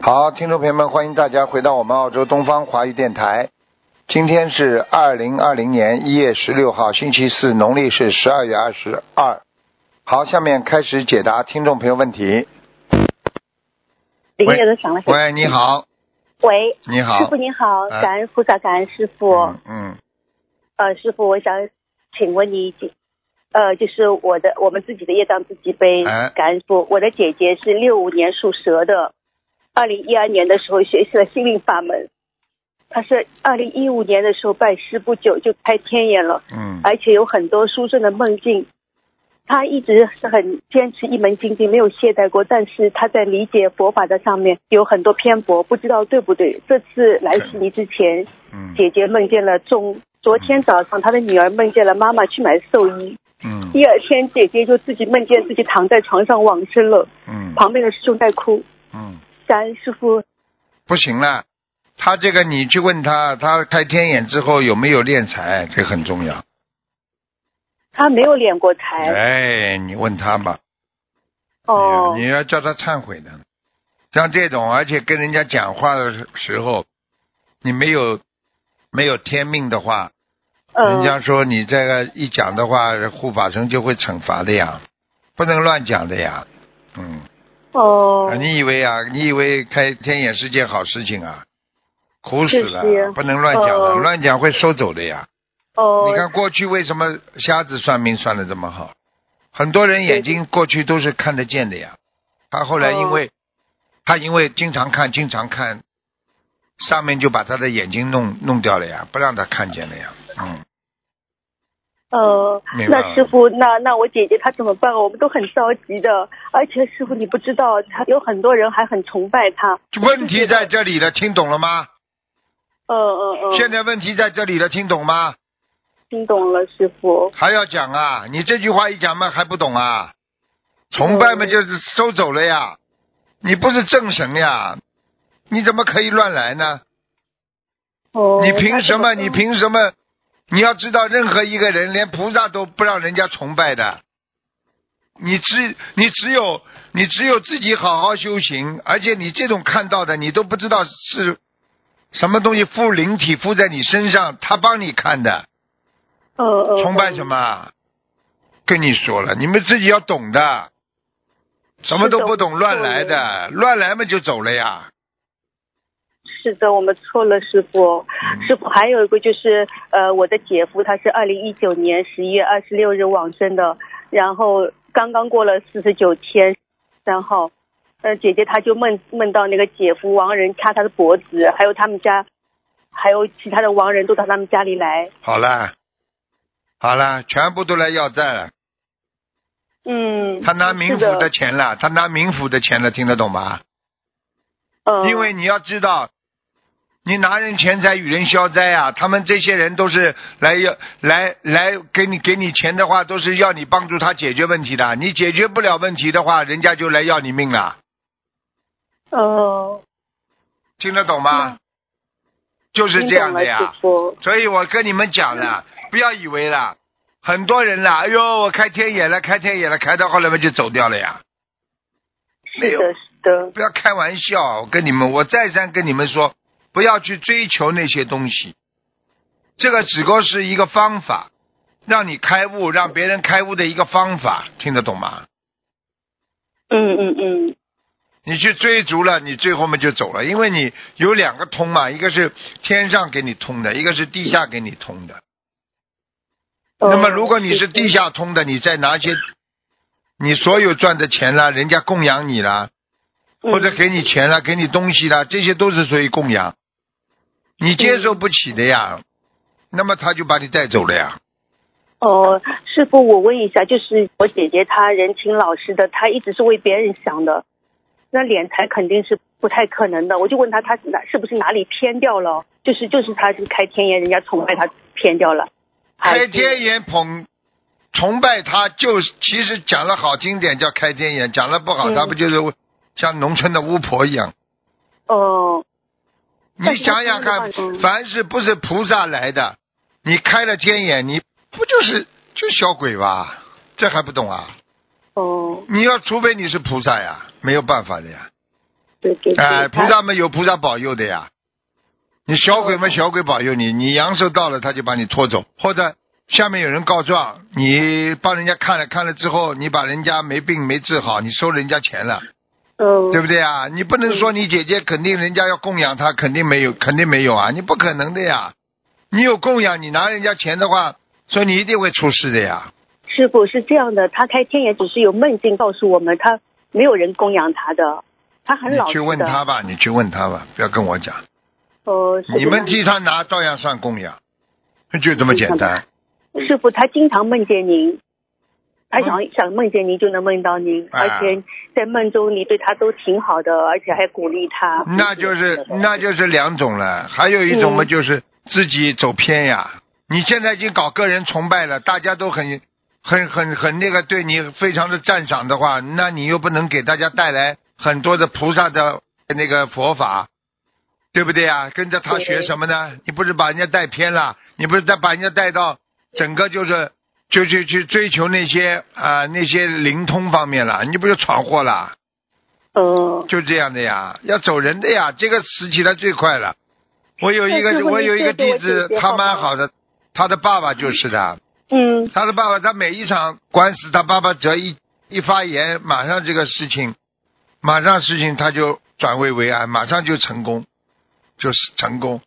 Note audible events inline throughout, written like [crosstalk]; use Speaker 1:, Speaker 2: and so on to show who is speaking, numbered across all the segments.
Speaker 1: 好，听众朋友们，欢迎大家回到我们澳洲东方华语电台。今天是二零二零年一月十六号，星期四，农历是十二月二十二。好，下面开始解答听众朋友问题。
Speaker 2: 灵也都响了。
Speaker 1: 喂，你好，
Speaker 2: 喂，
Speaker 1: 你好
Speaker 2: 师傅你好，
Speaker 1: 哎
Speaker 2: 感恩菩萨，感恩师傅。
Speaker 1: 嗯嗯，
Speaker 2: 呃，师傅，我想请问你一句，呃，就是我的我们自己的业障自己背。
Speaker 1: 哎
Speaker 2: 感恩师傅，我的姐姐是六五年属蛇的，二零一二年的时候学习了心灵法门，她是二零一五年的时候拜师不久就开天眼了，
Speaker 1: 嗯
Speaker 2: 而且有很多殊胜的梦境。她一直是很坚持一门精进，没有懈怠过。但是她在理解佛法的上面有很多偏颇，不知道对不对。这次来悉尼之前，
Speaker 1: 嗯
Speaker 2: 姐姐梦见了中，昨天早上她的女儿梦见了妈妈去买寿衣，
Speaker 1: 嗯
Speaker 2: 第二天姐姐就自己梦见自己躺在床上往生了，
Speaker 1: 嗯
Speaker 2: 旁边的师兄在哭。
Speaker 1: 嗯，
Speaker 2: 感恩师傅，
Speaker 1: 不行了，他这个你去问他，他开天眼之后有没有敛财，这很重要。
Speaker 2: 她没有敛过财
Speaker 1: 哎，你问他吧。
Speaker 2: 哦
Speaker 1: 你，要叫他忏悔的。像这种，而且跟人家讲话的时时候，你没有没有天命的话，人
Speaker 2: 嗯
Speaker 1: 家说你这个一讲的话，护法神就会惩罚的呀，不能乱讲的呀。嗯，
Speaker 2: 哦
Speaker 1: 啊，你以为啊？你以为开天眼是件好事情啊？苦死了，
Speaker 2: 谢谢
Speaker 1: 不能乱讲的，
Speaker 2: 嗯
Speaker 1: 乱讲会收走的呀。
Speaker 2: 哦
Speaker 1: 你，看过去为什么瞎子算命算的这么好？很多人眼睛过去都是看得见的呀。他后来因为、他因为经常看，经常看，上面就把他的眼睛弄弄掉了呀，不让他看见了呀。嗯，
Speaker 2: 呃，
Speaker 1: 明白了
Speaker 2: 那师傅，那那我姐姐她怎么办？我们都很着急的，而且师傅你不知道，她有很多人还很崇拜她。
Speaker 1: 问题在这里了，听懂了吗？
Speaker 2: 嗯嗯嗯，
Speaker 1: 现在问题在这里了，听懂吗？
Speaker 2: 听懂了，师傅。
Speaker 1: 还要讲啊？你这句话一讲嘛，还不懂啊？崇拜嘛，
Speaker 2: 嗯
Speaker 1: 就是收走了呀。你不是正神呀，你怎么可以乱来呢？
Speaker 2: 哦，
Speaker 1: 你凭什么？
Speaker 2: 那
Speaker 1: 你凭什么？你要知道，任何一个人连菩萨都不让人家崇拜的。你只你只有你只有自己好好修行，而且你这种看到的，你都不知道是什么东西附灵体附在你身上，他帮你看的，
Speaker 2: 嗯嗯，
Speaker 1: 崇拜什么啊？跟你说了，你们自己要懂的，什么都不懂乱来的，乱来嘛就走了呀。
Speaker 2: 是的，我们错了，师傅。
Speaker 1: 嗯
Speaker 2: 师傅还有一个就是，呃，我的姐夫他是二零一九年十一月二十六日往生的，然后刚刚过了四十九天，三号，呃，姐姐她就梦梦到那个姐夫亡人掐她的脖子，还有他们家，还有其他的亡人都到他们家里来。
Speaker 1: 好了，好了，全部都来要债了。
Speaker 2: 嗯，
Speaker 1: 他拿民
Speaker 2: 是
Speaker 1: 府的
Speaker 2: 的，
Speaker 1: 钱了，他拿民府的钱了，听得懂吗？
Speaker 2: 嗯，
Speaker 1: 因为你要知道，你拿人钱财与人消灾啊，他们这些人都是来要来来给你给你钱的话，都是要你帮助他解决问题的。你解决不了问题的话，人家就来要你命了，
Speaker 2: 哦，
Speaker 1: 听得懂吗？就是
Speaker 2: 听
Speaker 1: 这样的
Speaker 2: 懂嗯了，
Speaker 1: 呀。
Speaker 2: 师傅，
Speaker 1: 所以我跟你们讲了，不要以为啦，很多人啦，哎呦，我开天眼了，开天眼了，开到后来嘛就走掉了呀。没
Speaker 2: 是
Speaker 1: 有
Speaker 2: 的，是的，
Speaker 1: 不要开玩笑，我跟你们，我再三跟你们说，不要去追求那些东西，这个只不过是一个方法，让你开悟，让别人开悟的一个方法，听得懂吗？
Speaker 2: 嗯嗯嗯，
Speaker 1: 你去追逐了，你最后嘛就走了，因为你有两个通嘛，一个是天上给你通的，一个是地下给你通的。
Speaker 2: 哦
Speaker 1: 那么如果你是
Speaker 2: 的
Speaker 1: 地下通的，你再拿些你所有赚的钱啦，人家供养你啦，或者
Speaker 2: 嗯
Speaker 1: 给你钱啦，给你东西啦，这些都是属于供养，你接受不起的呀，那么他就把你带走了呀。
Speaker 2: 哦，师傅，我问一下，就是我姐姐她人情老实的，她一直是为别人想的，那敛财肯定是不太可能的。我就问她，她哪是不是哪里偏掉了？就是就是她是开天眼，人家崇拜她偏掉了。还
Speaker 1: 开
Speaker 2: 是
Speaker 1: 天眼捧崇拜他，就是其实讲了好听点叫开天眼，讲了不好，
Speaker 2: 嗯
Speaker 1: 他不就是像农村的巫婆一样？
Speaker 2: 哦，
Speaker 1: 你想想看
Speaker 2: 但是他真的办，
Speaker 1: 凡是不是菩萨来的，你开了天眼，你不就是就是小鬼吧？这还不懂啊？
Speaker 2: 哦，
Speaker 1: 你要除非你是菩萨呀，没有办法的呀。
Speaker 2: 对对对。
Speaker 1: 哎，
Speaker 2: 他
Speaker 1: 菩萨们有菩萨保佑的呀。你小鬼
Speaker 2: 哦
Speaker 1: 嘛，小鬼保佑你，你阳寿到了，他就把你拖走，或者下面有人告状，你帮人家看了，看了之后，你把人家没病没治好，你收人家钱了，
Speaker 2: 嗯，
Speaker 1: 对不对啊？你不能说你姐姐肯定人家要供养她，肯定没有，肯定没有啊，你不可能的呀。你有供养，你拿人家钱的话，所以你一定会出事的呀。
Speaker 2: 师傅是这样的，他开天眼只是有梦境告诉我们，他没有人供养他的，他很老
Speaker 1: 你
Speaker 2: 实
Speaker 1: 去
Speaker 2: 的。
Speaker 1: 问他吧，你去问他吧，不要跟我讲。
Speaker 2: 呃，是
Speaker 1: 你
Speaker 2: 这
Speaker 1: 们
Speaker 2: 样
Speaker 1: 替他拿，照样算供养，就这么简单。嗯
Speaker 2: 师傅他经常梦见您，他想、想梦见您就能梦到您，
Speaker 1: 啊
Speaker 2: 而且在梦中你对他都挺好的，而且还鼓励他。
Speaker 1: 嗯那就是那就是两种了，还有一种嘛，
Speaker 2: 嗯
Speaker 1: 就是自己走偏呀。你现在已经搞个人崇拜了，大家都很很很很那个对你非常的赞赏的话，那你又不能给大家带来很多的菩萨的那个佛法，对不对呀？跟着他学
Speaker 2: 对
Speaker 1: 什么呢？你不是把人家带偏了？你不是再把人家带到整个就是就去去追求那些啊、那些灵通方面了？你不就闯祸了？
Speaker 2: 呃，
Speaker 1: 就这样的呀，要走人的呀，这个死起来最快了。我有一
Speaker 2: 但是
Speaker 1: 个，
Speaker 2: 问题
Speaker 1: 我有一个
Speaker 2: 是给我
Speaker 1: 弟子
Speaker 2: 姐，姐
Speaker 1: 他
Speaker 2: 好
Speaker 1: 蛮
Speaker 2: 吗
Speaker 1: 好的，他的爸爸就是的，
Speaker 2: 嗯
Speaker 1: 他的爸爸，他每一场官司，他爸爸只要一一发言，马上这个事情，马上事情他就转危为安，马上就成功，就是成功。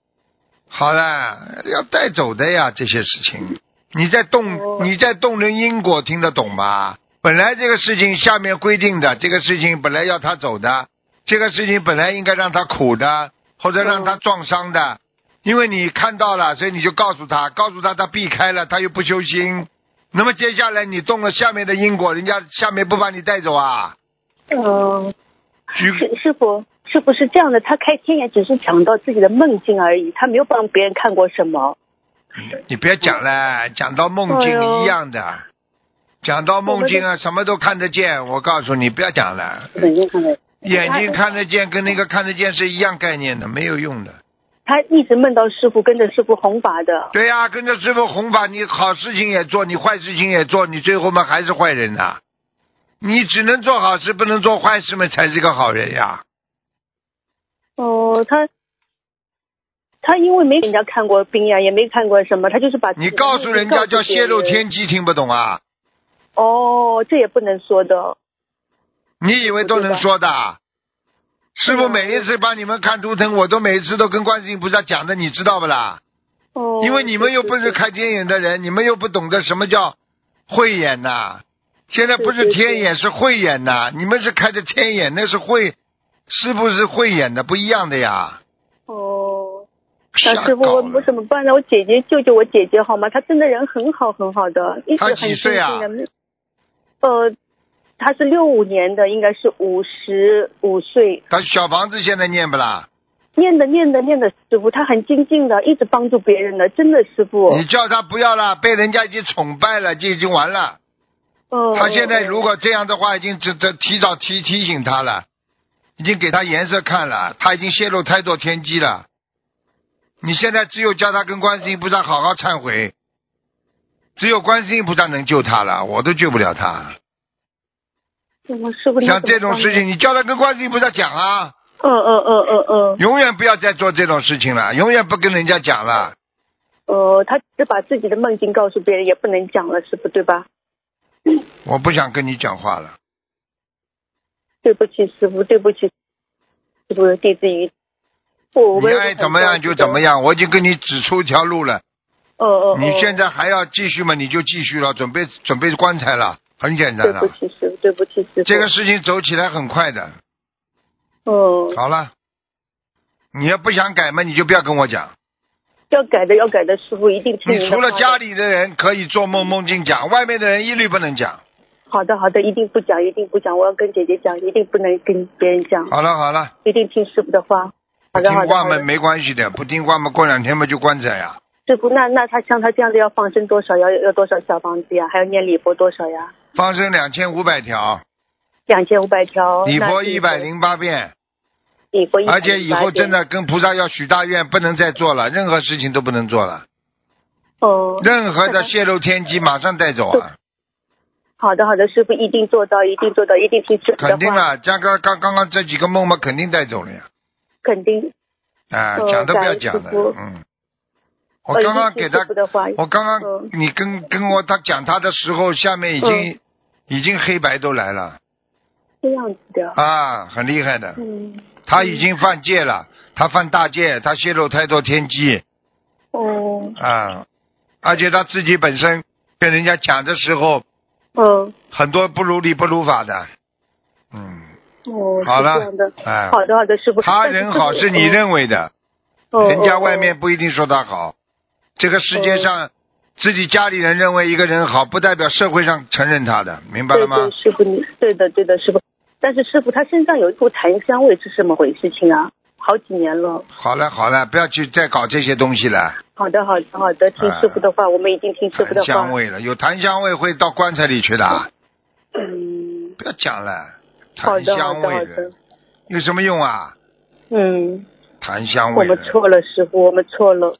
Speaker 1: 好了，要带走的呀，这些事情，你在
Speaker 2: 哦
Speaker 1: 动，你在动人因果，听得懂吗？本来这个事情下面规定的，这个事情本来要他走的，这个事情本来应该让他苦的，或者让他撞伤的，因为你看到了，所以你就告诉他，告诉他他避开了，他又不修心，那么接下来你动了下面的因果，人家下面不把你带走啊？
Speaker 2: 呃，
Speaker 1: 举
Speaker 2: 师师傅师傅是这样的，他开天眼只是讲到自己的梦境而已，他没有帮别人看过什么。
Speaker 1: 你别讲了，讲到梦
Speaker 2: 哎呦
Speaker 1: 境一样的，讲到梦境啊，什么都看得见。我告诉你，不要讲了，
Speaker 2: 眼睛看的，
Speaker 1: 眼睛看得见跟那个看得见是一样概念的，没有用的。
Speaker 2: 他一直梦到师傅跟着师傅弘法的。
Speaker 1: 对呀、跟着师傅弘法，你好事情也做，你坏事情也做，你最后嘛还是坏人呐、你只能做好事，不能做坏事嘛，才是个好人呀。
Speaker 2: 哦、他。他因为没给人家看过病呀，也没看过什么，他就是把自己
Speaker 1: 你
Speaker 2: 的
Speaker 1: 告诉
Speaker 2: 梦境
Speaker 1: 人家叫
Speaker 2: 告诉别
Speaker 1: 泄露
Speaker 2: 人
Speaker 1: 天机，听不懂啊？
Speaker 2: 哦，这也不能说的。
Speaker 1: 你以为都能说的啊？师
Speaker 2: 对
Speaker 1: 傅
Speaker 2: 啊
Speaker 1: 每一次帮你们看图腾，我都每一次都跟观世音菩萨讲的，你知道不啦？
Speaker 2: 哦，
Speaker 1: 因为你们又不是开天眼的人，你们又不懂得什么叫慧眼呐、现在不是
Speaker 2: 对对对
Speaker 1: 天眼，是慧眼呐、你们是开的天眼，那是慧，师傅是慧眼的，不一样的呀。
Speaker 2: 哦，
Speaker 1: 瞎
Speaker 2: 那师傅，
Speaker 1: 搞
Speaker 2: 我
Speaker 1: 了
Speaker 2: 我怎么办呢？我姐姐救救我姐姐好吗？她真的人很好很好的，一直
Speaker 1: 她
Speaker 2: 很
Speaker 1: 几
Speaker 2: 精
Speaker 1: 岁啊
Speaker 2: 进的。没呃，她是六五年的，应该是五十五岁。
Speaker 1: 他小房子现在念不啦？
Speaker 2: 念的念的念的，师傅，她很精进的，一直帮助别人的，真的师傅。
Speaker 1: 你叫他不要了，被人家已经崇拜了，就已经完了。
Speaker 2: 嗯，
Speaker 1: 他现在如果这样的话，已经这这提早提提醒他了，已经给他颜色看了，他已经泄露太多天机了。你现在只有叫他跟观世音菩萨好好忏悔，只有观世音菩萨能救他了，我都救不了他。
Speaker 2: 嗯师傅，那
Speaker 1: 像
Speaker 2: 怎么
Speaker 1: 这种
Speaker 2: 办
Speaker 1: 事
Speaker 2: 呢，
Speaker 1: 情，你叫他跟观世音菩萨讲啊，
Speaker 2: 嗯嗯嗯嗯嗯，
Speaker 1: 永远不要再做这种事情了，永远不跟人家讲了。
Speaker 2: 呃，她只把自己的梦境告诉别人，也不能讲了，师傅对吧？
Speaker 1: 我不想跟你讲话了。
Speaker 2: 对不起，师傅，对不起，师傅，弟子愚，我我
Speaker 1: 你爱怎么样就怎么。样，我已经跟你指出一条路了。
Speaker 2: 哦哦，
Speaker 1: 你现
Speaker 2: 在
Speaker 1: 在还要继续吗？你就继续了，准备准备棺材了，很简单
Speaker 2: 对不
Speaker 1: 了。
Speaker 2: 起，师傅，对不起，师傅。
Speaker 1: 这个事情走起来很快的。
Speaker 2: 哦，
Speaker 1: 好了，你要不想改嘛，你就不要跟我讲。
Speaker 2: 要改的，要改的，师傅一定听
Speaker 1: 你
Speaker 2: 您的嗯
Speaker 1: 除了
Speaker 2: 话的
Speaker 1: 家，里的人可以做梦梦境讲，外面的人一律不能讲。
Speaker 2: 好的好的，一定不讲，一定不讲，我要跟姐姐讲，一定不能跟别人讲，
Speaker 1: 好了好了，
Speaker 2: 一定听师傅的话。好
Speaker 1: 不
Speaker 2: 的
Speaker 1: 听
Speaker 2: 好的，
Speaker 1: 话
Speaker 2: 好
Speaker 1: 嘛
Speaker 2: 的
Speaker 1: 没关系的，不听话嘛过两天嘛就棺材啊呀。
Speaker 2: 师傅，那那他像他这样子要放生多少，要要多少小房子呀？还要念礼佛多少呀？
Speaker 1: 放生两千五百条，
Speaker 2: 两千五百条，
Speaker 1: 礼
Speaker 2: 那
Speaker 1: 佛一百，零八遍，
Speaker 2: 礼佛一百
Speaker 1: 而
Speaker 2: 零八
Speaker 1: 且以后
Speaker 2: 遍
Speaker 1: 真，的跟菩萨要许大愿，不能再做了，任何事情都不能做了，
Speaker 2: 哦，
Speaker 1: 任何的泄露天机马上带走啊。
Speaker 2: 好的，好的，师傅一定做到，一定做到，一定听师傅的
Speaker 1: 肯定啊
Speaker 2: 话，
Speaker 1: 了，加刚刚刚刚这几个梦嘛，肯定带走了呀。
Speaker 2: 肯定。
Speaker 1: 啊，
Speaker 2: 哦
Speaker 1: 讲都不
Speaker 2: 感
Speaker 1: 要
Speaker 2: 恩
Speaker 1: 讲
Speaker 2: 师
Speaker 1: 了
Speaker 2: 父，
Speaker 1: 嗯。我
Speaker 2: 呃
Speaker 1: 刚刚
Speaker 2: 一
Speaker 1: 给
Speaker 2: 定听
Speaker 1: 他
Speaker 2: 师傅的话，
Speaker 1: 我刚刚
Speaker 2: 嗯
Speaker 1: 你跟跟我他讲他的时候，下面已经、已经黑白都来了
Speaker 2: 这样子的。
Speaker 1: 啊，很厉害的。
Speaker 2: 嗯，
Speaker 1: 他已经犯戒了，他犯大戒，他泄露太多天机
Speaker 2: 哦，
Speaker 1: 啊，而且他自己本身跟人家讲的时候，
Speaker 2: 嗯，
Speaker 1: 很多不如理不如法的，嗯，
Speaker 2: 哦，
Speaker 1: 好
Speaker 2: 是
Speaker 1: 了
Speaker 2: 这样的。
Speaker 1: 哎，
Speaker 2: 好的，好的，师傅。
Speaker 1: 他
Speaker 2: 但
Speaker 1: 人
Speaker 2: 师傅
Speaker 1: 好是你认为的，
Speaker 2: 哦
Speaker 1: 人家
Speaker 2: 哦
Speaker 1: 外
Speaker 2: 哦
Speaker 1: 面不一定说他好。这个世界上，自己家里人认为一个人好，不代表社会上承认他的，明白
Speaker 2: 对
Speaker 1: 了
Speaker 2: 对，
Speaker 1: 吗？
Speaker 2: 师傅，你对的，对的，师傅。但是师傅他身上有一股檀香味，是什么回事情啊？好几年了。
Speaker 1: 好了好了，不要去再搞这些东西了，
Speaker 2: 好的，好的，好的，听师傅的话，我们一定听师傅的
Speaker 1: 啊檀香
Speaker 2: 话。
Speaker 1: 味了，有檀香味会到棺材里去的，
Speaker 2: 嗯，
Speaker 1: 不要讲了，
Speaker 2: 好
Speaker 1: 檀
Speaker 2: 的，好
Speaker 1: 香
Speaker 2: 的，好
Speaker 1: 味的
Speaker 2: 的。
Speaker 1: 有什么用啊？
Speaker 2: 嗯，
Speaker 1: 檀香
Speaker 2: 我
Speaker 1: 味
Speaker 2: 们
Speaker 1: 的，
Speaker 2: 错了，师傅，我们错了。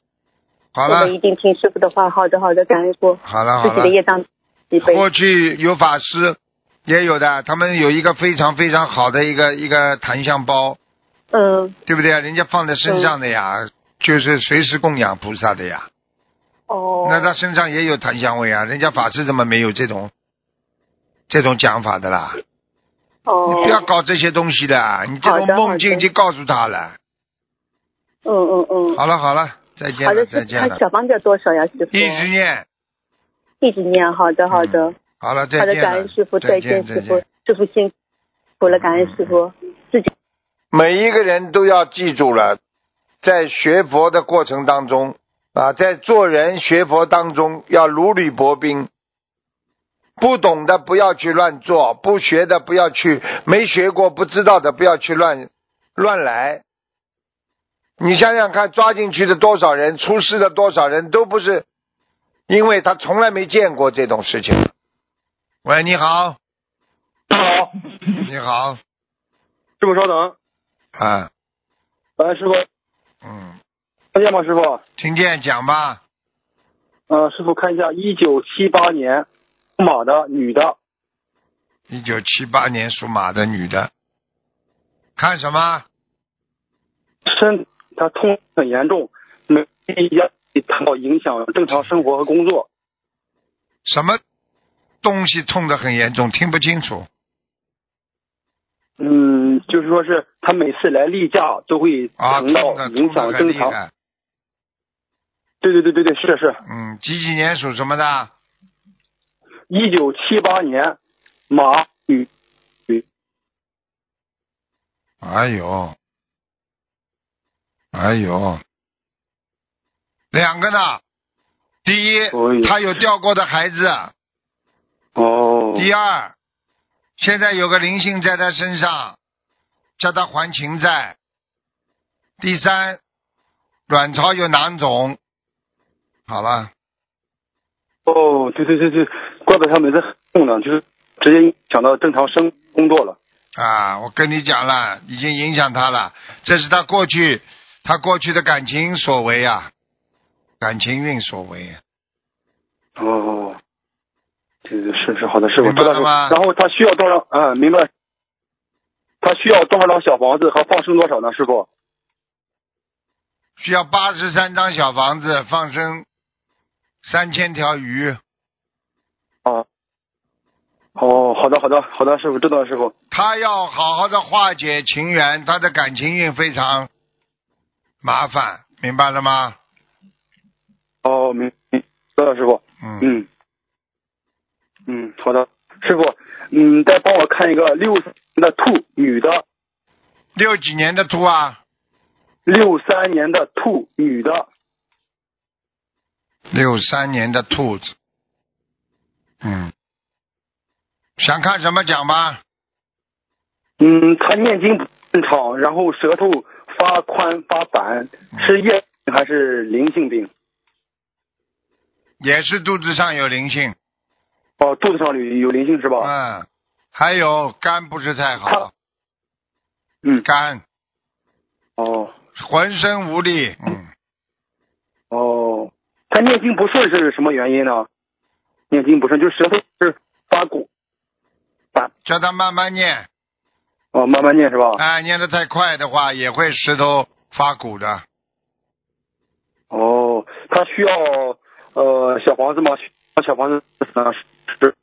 Speaker 1: 好
Speaker 2: 我
Speaker 1: 了
Speaker 2: 们一定听师傅的话。好的，好的，感恩过
Speaker 1: 好了
Speaker 2: 自
Speaker 1: 好
Speaker 2: 己的
Speaker 1: 了，
Speaker 2: 业障几倍。
Speaker 1: 过去有法师也有的，他们有一个非常非常好的一个一个檀香包，
Speaker 2: 嗯，
Speaker 1: 对不对啊？人家放在身上的呀，就是随时供养菩萨的呀。
Speaker 2: 哦，
Speaker 1: 那他身上也有檀香味啊，人家法师怎么没有这种这种讲法的啦？
Speaker 2: 哦，
Speaker 1: 你不要搞这些东西的，你这
Speaker 2: 好
Speaker 1: 种
Speaker 2: 的
Speaker 1: 梦境
Speaker 2: 好的
Speaker 1: 就告诉他了。
Speaker 2: 嗯嗯嗯。
Speaker 1: 好了好了，再见
Speaker 2: 好
Speaker 1: 了
Speaker 2: 的，
Speaker 1: 再
Speaker 2: 师傅，
Speaker 1: 见
Speaker 2: 他
Speaker 1: 了，
Speaker 2: 小房子要多少呀，师傅？
Speaker 1: 一直念。
Speaker 2: 一直念，好的，好的。
Speaker 1: 嗯好了，再
Speaker 2: 好的，
Speaker 1: 见
Speaker 2: 感
Speaker 1: 了
Speaker 2: 恩师傅，，再
Speaker 1: 见
Speaker 2: 见
Speaker 1: 再
Speaker 2: 师
Speaker 1: 见
Speaker 2: 傅。，师傅辛苦了，感恩师傅。自己
Speaker 1: 每一个人都要记住了，在学佛的过程当中啊，在做人学佛当中要如履薄冰。不懂的不要去乱做，不学的不要去，没学过不知道的不要去乱乱来。你想想看，抓进去的多少人，出事的多少人，都不是因为他从来没见过这种事情。喂，你好，
Speaker 3: 好，
Speaker 1: 你好，
Speaker 3: 师傅稍等。
Speaker 1: 啊，
Speaker 3: 喂，师傅，
Speaker 1: 嗯，
Speaker 3: 看见吗？师傅，
Speaker 1: 听见讲吧。
Speaker 3: 呃，师傅看一下，一九七八年，属马的女的，
Speaker 1: 一九七八年属马的女的，看什么？
Speaker 3: 身她痛很严重，没压力谈到影响正常生活和工作。
Speaker 1: 什么东西痛得很严重？听不清楚。
Speaker 3: 嗯，就是说是她每次来例假都会
Speaker 1: 啊，痛
Speaker 3: 疼到
Speaker 1: 的
Speaker 3: 影
Speaker 1: 痛
Speaker 3: 响
Speaker 1: 的很
Speaker 3: 正
Speaker 1: 厉
Speaker 3: 常。
Speaker 1: 害。
Speaker 3: 对对对对对，是是，
Speaker 1: 嗯，几几年属什么的？
Speaker 3: 一九七八年马女女，
Speaker 1: 哎呦，哎呦，两个呢。第一
Speaker 3: 哎呦，
Speaker 1: 他有掉过的孩子；
Speaker 3: 哦，
Speaker 1: 第二，现在有个灵性在他身上，叫他还情债；第三，卵巢有囊肿。好了。
Speaker 3: 哦，对对对对，怪不得她每次痛呢，就是直接影响到正常生工作了。
Speaker 1: 啊，我跟你讲了，已经影响他了，这是他过去他过去的感情所为啊，感情运所为、啊。
Speaker 3: 哦，对对是是好的，是我
Speaker 1: 明白
Speaker 3: 知道
Speaker 1: 了
Speaker 3: 是。
Speaker 1: 吗
Speaker 3: 然后他需要多少？嗯，明白。他需要多少张小房子和放生多少呢？师傅？
Speaker 1: 需要八十三张小房子放生三千条鱼，
Speaker 3: 啊。哦，好的，好的，好的，师傅知道了，师傅。
Speaker 1: 他要好好的化解情缘，他的感情运非常麻烦，明白了吗？
Speaker 3: 哦，明明知道了，师傅。
Speaker 1: 嗯，
Speaker 3: 嗯。嗯，好的，师傅，嗯，再帮我看一个六的兔女的，
Speaker 1: 六几年的兔啊，
Speaker 3: 六三年的兔女的，
Speaker 1: 六三年的兔子，嗯，想看什么讲吧。
Speaker 3: 嗯，她念经不正常，然后舌头发宽发板，
Speaker 1: 嗯
Speaker 3: 是业病还是灵性病？
Speaker 1: 也是肚子上有灵性，
Speaker 3: 哦，肚子上有有灵性是吧？
Speaker 1: 嗯，还有肝不是太好，
Speaker 3: 嗯，
Speaker 1: 肝
Speaker 3: 哦
Speaker 1: 浑身无力，嗯，
Speaker 3: 哦，他念经不顺是什么原因呢？念经不顺就是舌头是发鼓
Speaker 1: 叫他慢慢念。
Speaker 3: 哦，慢慢念是吧？
Speaker 1: 哎，念得太快的话，也会石头发骨的。
Speaker 3: 哦，他需要呃小房子吗？需要小房子啊是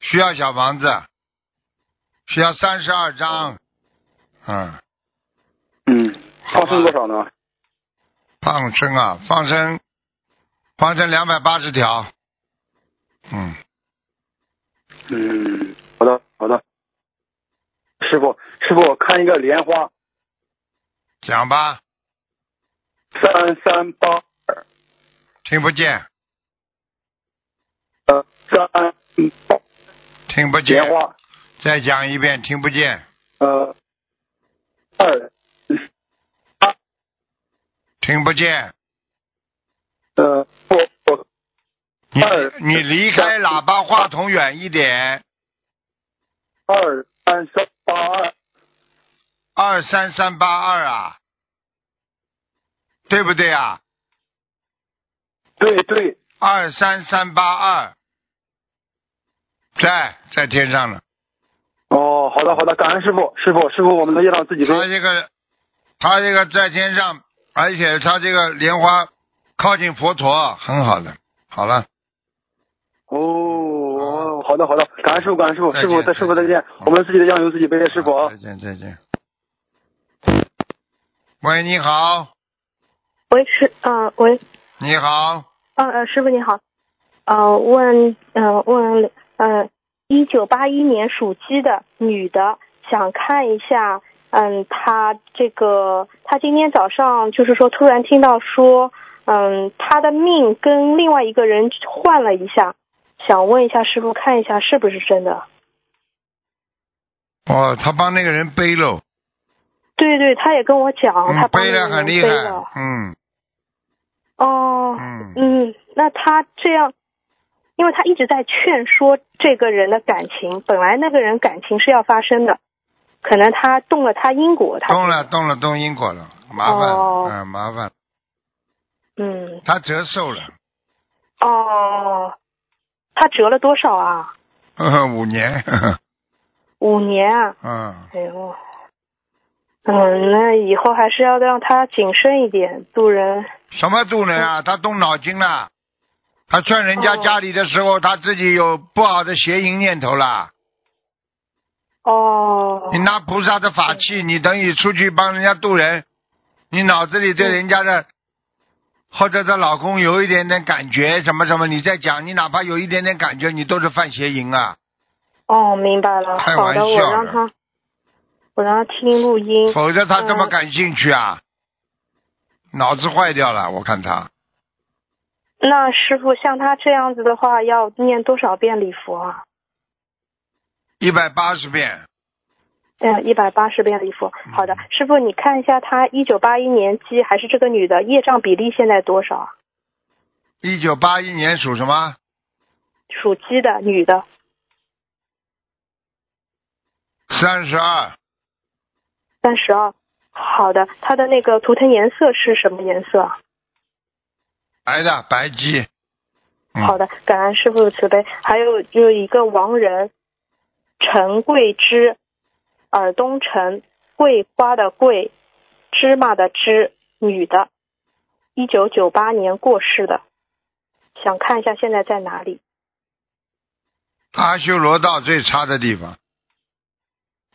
Speaker 1: 需要小房子，需要三十二张。嗯，
Speaker 3: 嗯，
Speaker 1: 好吧
Speaker 3: 放生多少呢？
Speaker 1: 放生啊，放生，放生两百八十条。嗯，
Speaker 3: 嗯，好的好的。师傅师傅，我看一个莲花
Speaker 1: 讲吧，
Speaker 3: 三三八
Speaker 1: 听不见，
Speaker 3: 呃三八
Speaker 1: 听不见
Speaker 3: 莲。花
Speaker 1: 再讲一遍，听不见，
Speaker 3: 呃二
Speaker 1: 听不见。
Speaker 3: 呃我我
Speaker 1: 你
Speaker 3: 二
Speaker 1: 你离开喇叭话筒远一点。
Speaker 3: 二三三八二
Speaker 1: 二三三八二啊，对不对啊？
Speaker 3: 对对
Speaker 1: 二三三八二，在在天上呢。
Speaker 3: 哦好的好的，感恩师傅师傅师傅，我们的业障自己背
Speaker 1: 他这个，他这个在天上，而且他这个莲花靠近佛陀，很好的。好了，
Speaker 3: 哦，好的好的，感恩师傅，感恩师傅，
Speaker 1: 再见
Speaker 3: 师傅再师傅再
Speaker 1: 再见
Speaker 3: 见，我们自己的酱油自己背，师傅啊
Speaker 1: 再。见再见。喂，你好，
Speaker 4: 喂，师，呃，喂，
Speaker 1: 你好，
Speaker 4: 呃，呃师傅你好，呃，问，呃，问，呃，一九八一年属鸡的女的，想看一下，嗯，她这个，她今天早上就是说突然听到说，嗯，她的命跟另外一个人换了一下，想问一下师傅看一下是不是真的？
Speaker 1: 哦，他帮那个人背喽，
Speaker 4: 对对，她也跟我讲，她
Speaker 1: 嗯，
Speaker 4: 哦帮
Speaker 1: 背
Speaker 4: 那
Speaker 1: 的
Speaker 4: 个
Speaker 1: 很
Speaker 4: 人
Speaker 1: 厉
Speaker 4: 背
Speaker 1: 害
Speaker 4: 了，，
Speaker 1: 嗯
Speaker 4: 哦，
Speaker 1: 嗯，
Speaker 4: 嗯，那他这样，因为他一直在劝说这个人的感情，本来那个人感情是要发生的，可能他动了他因果，他
Speaker 1: 动了动了动因果了，麻烦了，
Speaker 4: 哦
Speaker 1: 嗯，麻烦了，
Speaker 4: 嗯
Speaker 1: 他折寿了， [laughs]
Speaker 4: 哦，他折了多少啊？
Speaker 1: 呵呵五年， [laughs] 呵呵
Speaker 4: 五年啊！
Speaker 1: 嗯，
Speaker 4: 哎呦，嗯，那以后还是要让他谨慎一点，渡人。
Speaker 1: 什么渡人
Speaker 4: 嗯
Speaker 1: 啊？他动脑筋了，他劝人家
Speaker 4: 哦
Speaker 1: 家里的时候，他自己有不好的邪淫念头啦。
Speaker 4: 哦
Speaker 1: 你，拿菩萨的法器，你等于出去帮人家渡人，你脑子里对人家的或者她老公有一点点感觉什么什么，你再讲，你哪怕有一点点感觉，你都是犯邪淫啊！
Speaker 4: 哦，明白了。
Speaker 1: 开
Speaker 4: 好
Speaker 1: 玩
Speaker 4: 的，我
Speaker 1: 笑
Speaker 4: 让
Speaker 1: 的
Speaker 4: 他，我让他听录音。
Speaker 1: 否则他这么
Speaker 4: 嗯
Speaker 1: 感兴趣啊？脑子坏掉了，我看他
Speaker 4: 那师傅像他这样子的话，要念多少遍礼佛啊？
Speaker 1: 一百八十遍，
Speaker 4: 嗯，一百八十遍礼佛。好的，师傅，你看一下他一九八一年鸡还是这个女的业障比例现在多少啊？
Speaker 1: 一九八一年属什么？
Speaker 4: 属鸡的女的，
Speaker 1: 三十二，
Speaker 4: 三十二。好的，她的那个图腾颜色是什么颜色啊？
Speaker 1: 白的白鸡，嗯
Speaker 4: 好的，感恩师傅的慈悲。还有就是一个亡人，陈桂枝，尔东陈，桂花的桂，芝麻的芝，女的，一九九八年过世的，想看一下现在在哪里。
Speaker 1: 阿修罗道最差的地方，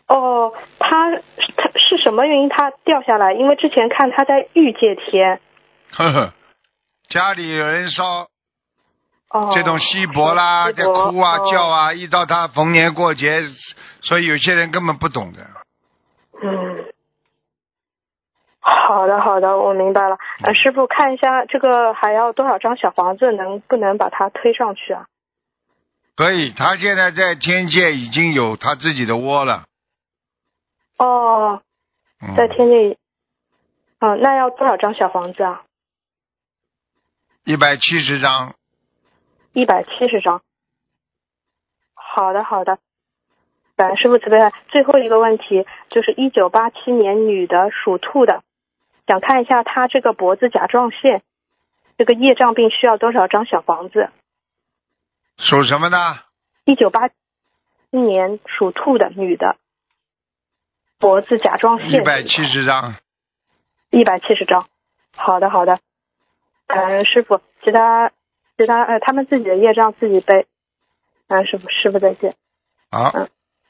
Speaker 4: 哦，他他是什么原因他掉下来？因为之前看他在御界天。
Speaker 1: 呵呵，家里有人烧
Speaker 4: 哦，
Speaker 1: 这种稀薄啦，
Speaker 4: 稀
Speaker 1: 在
Speaker 4: 薄
Speaker 1: 哭啊
Speaker 4: 哦
Speaker 1: 叫啊，一到他逢年过节，所以有些人根本不懂的。
Speaker 4: 嗯， [laughs] 好的好的，我明白了。呃，师傅看一下这个还要多少张小房子，能不能把它推上去啊？
Speaker 1: 所以他现在在天界已经有他自己的窝了。
Speaker 4: 哦，
Speaker 1: 嗯、
Speaker 4: 在天界，嗯、那要多少张小房子啊？
Speaker 1: 一百七十章，
Speaker 4: 一百七十张。好的好的，感恩师傅慈悲爱。最后一个问题就是一九八七年女的属兔的，想看一下她这个脖子甲状腺这个业障病需要多少张小房子？
Speaker 1: 属什么呢？
Speaker 4: 一九八一年属兔的女的，脖子甲状腺
Speaker 1: 一百七十张，
Speaker 4: 一百七十张。好的，好的。嗯，师傅，其他其他呃，他们自己的业障自己背。嗯，师傅，师傅再见。
Speaker 1: 好
Speaker 4: 嗯，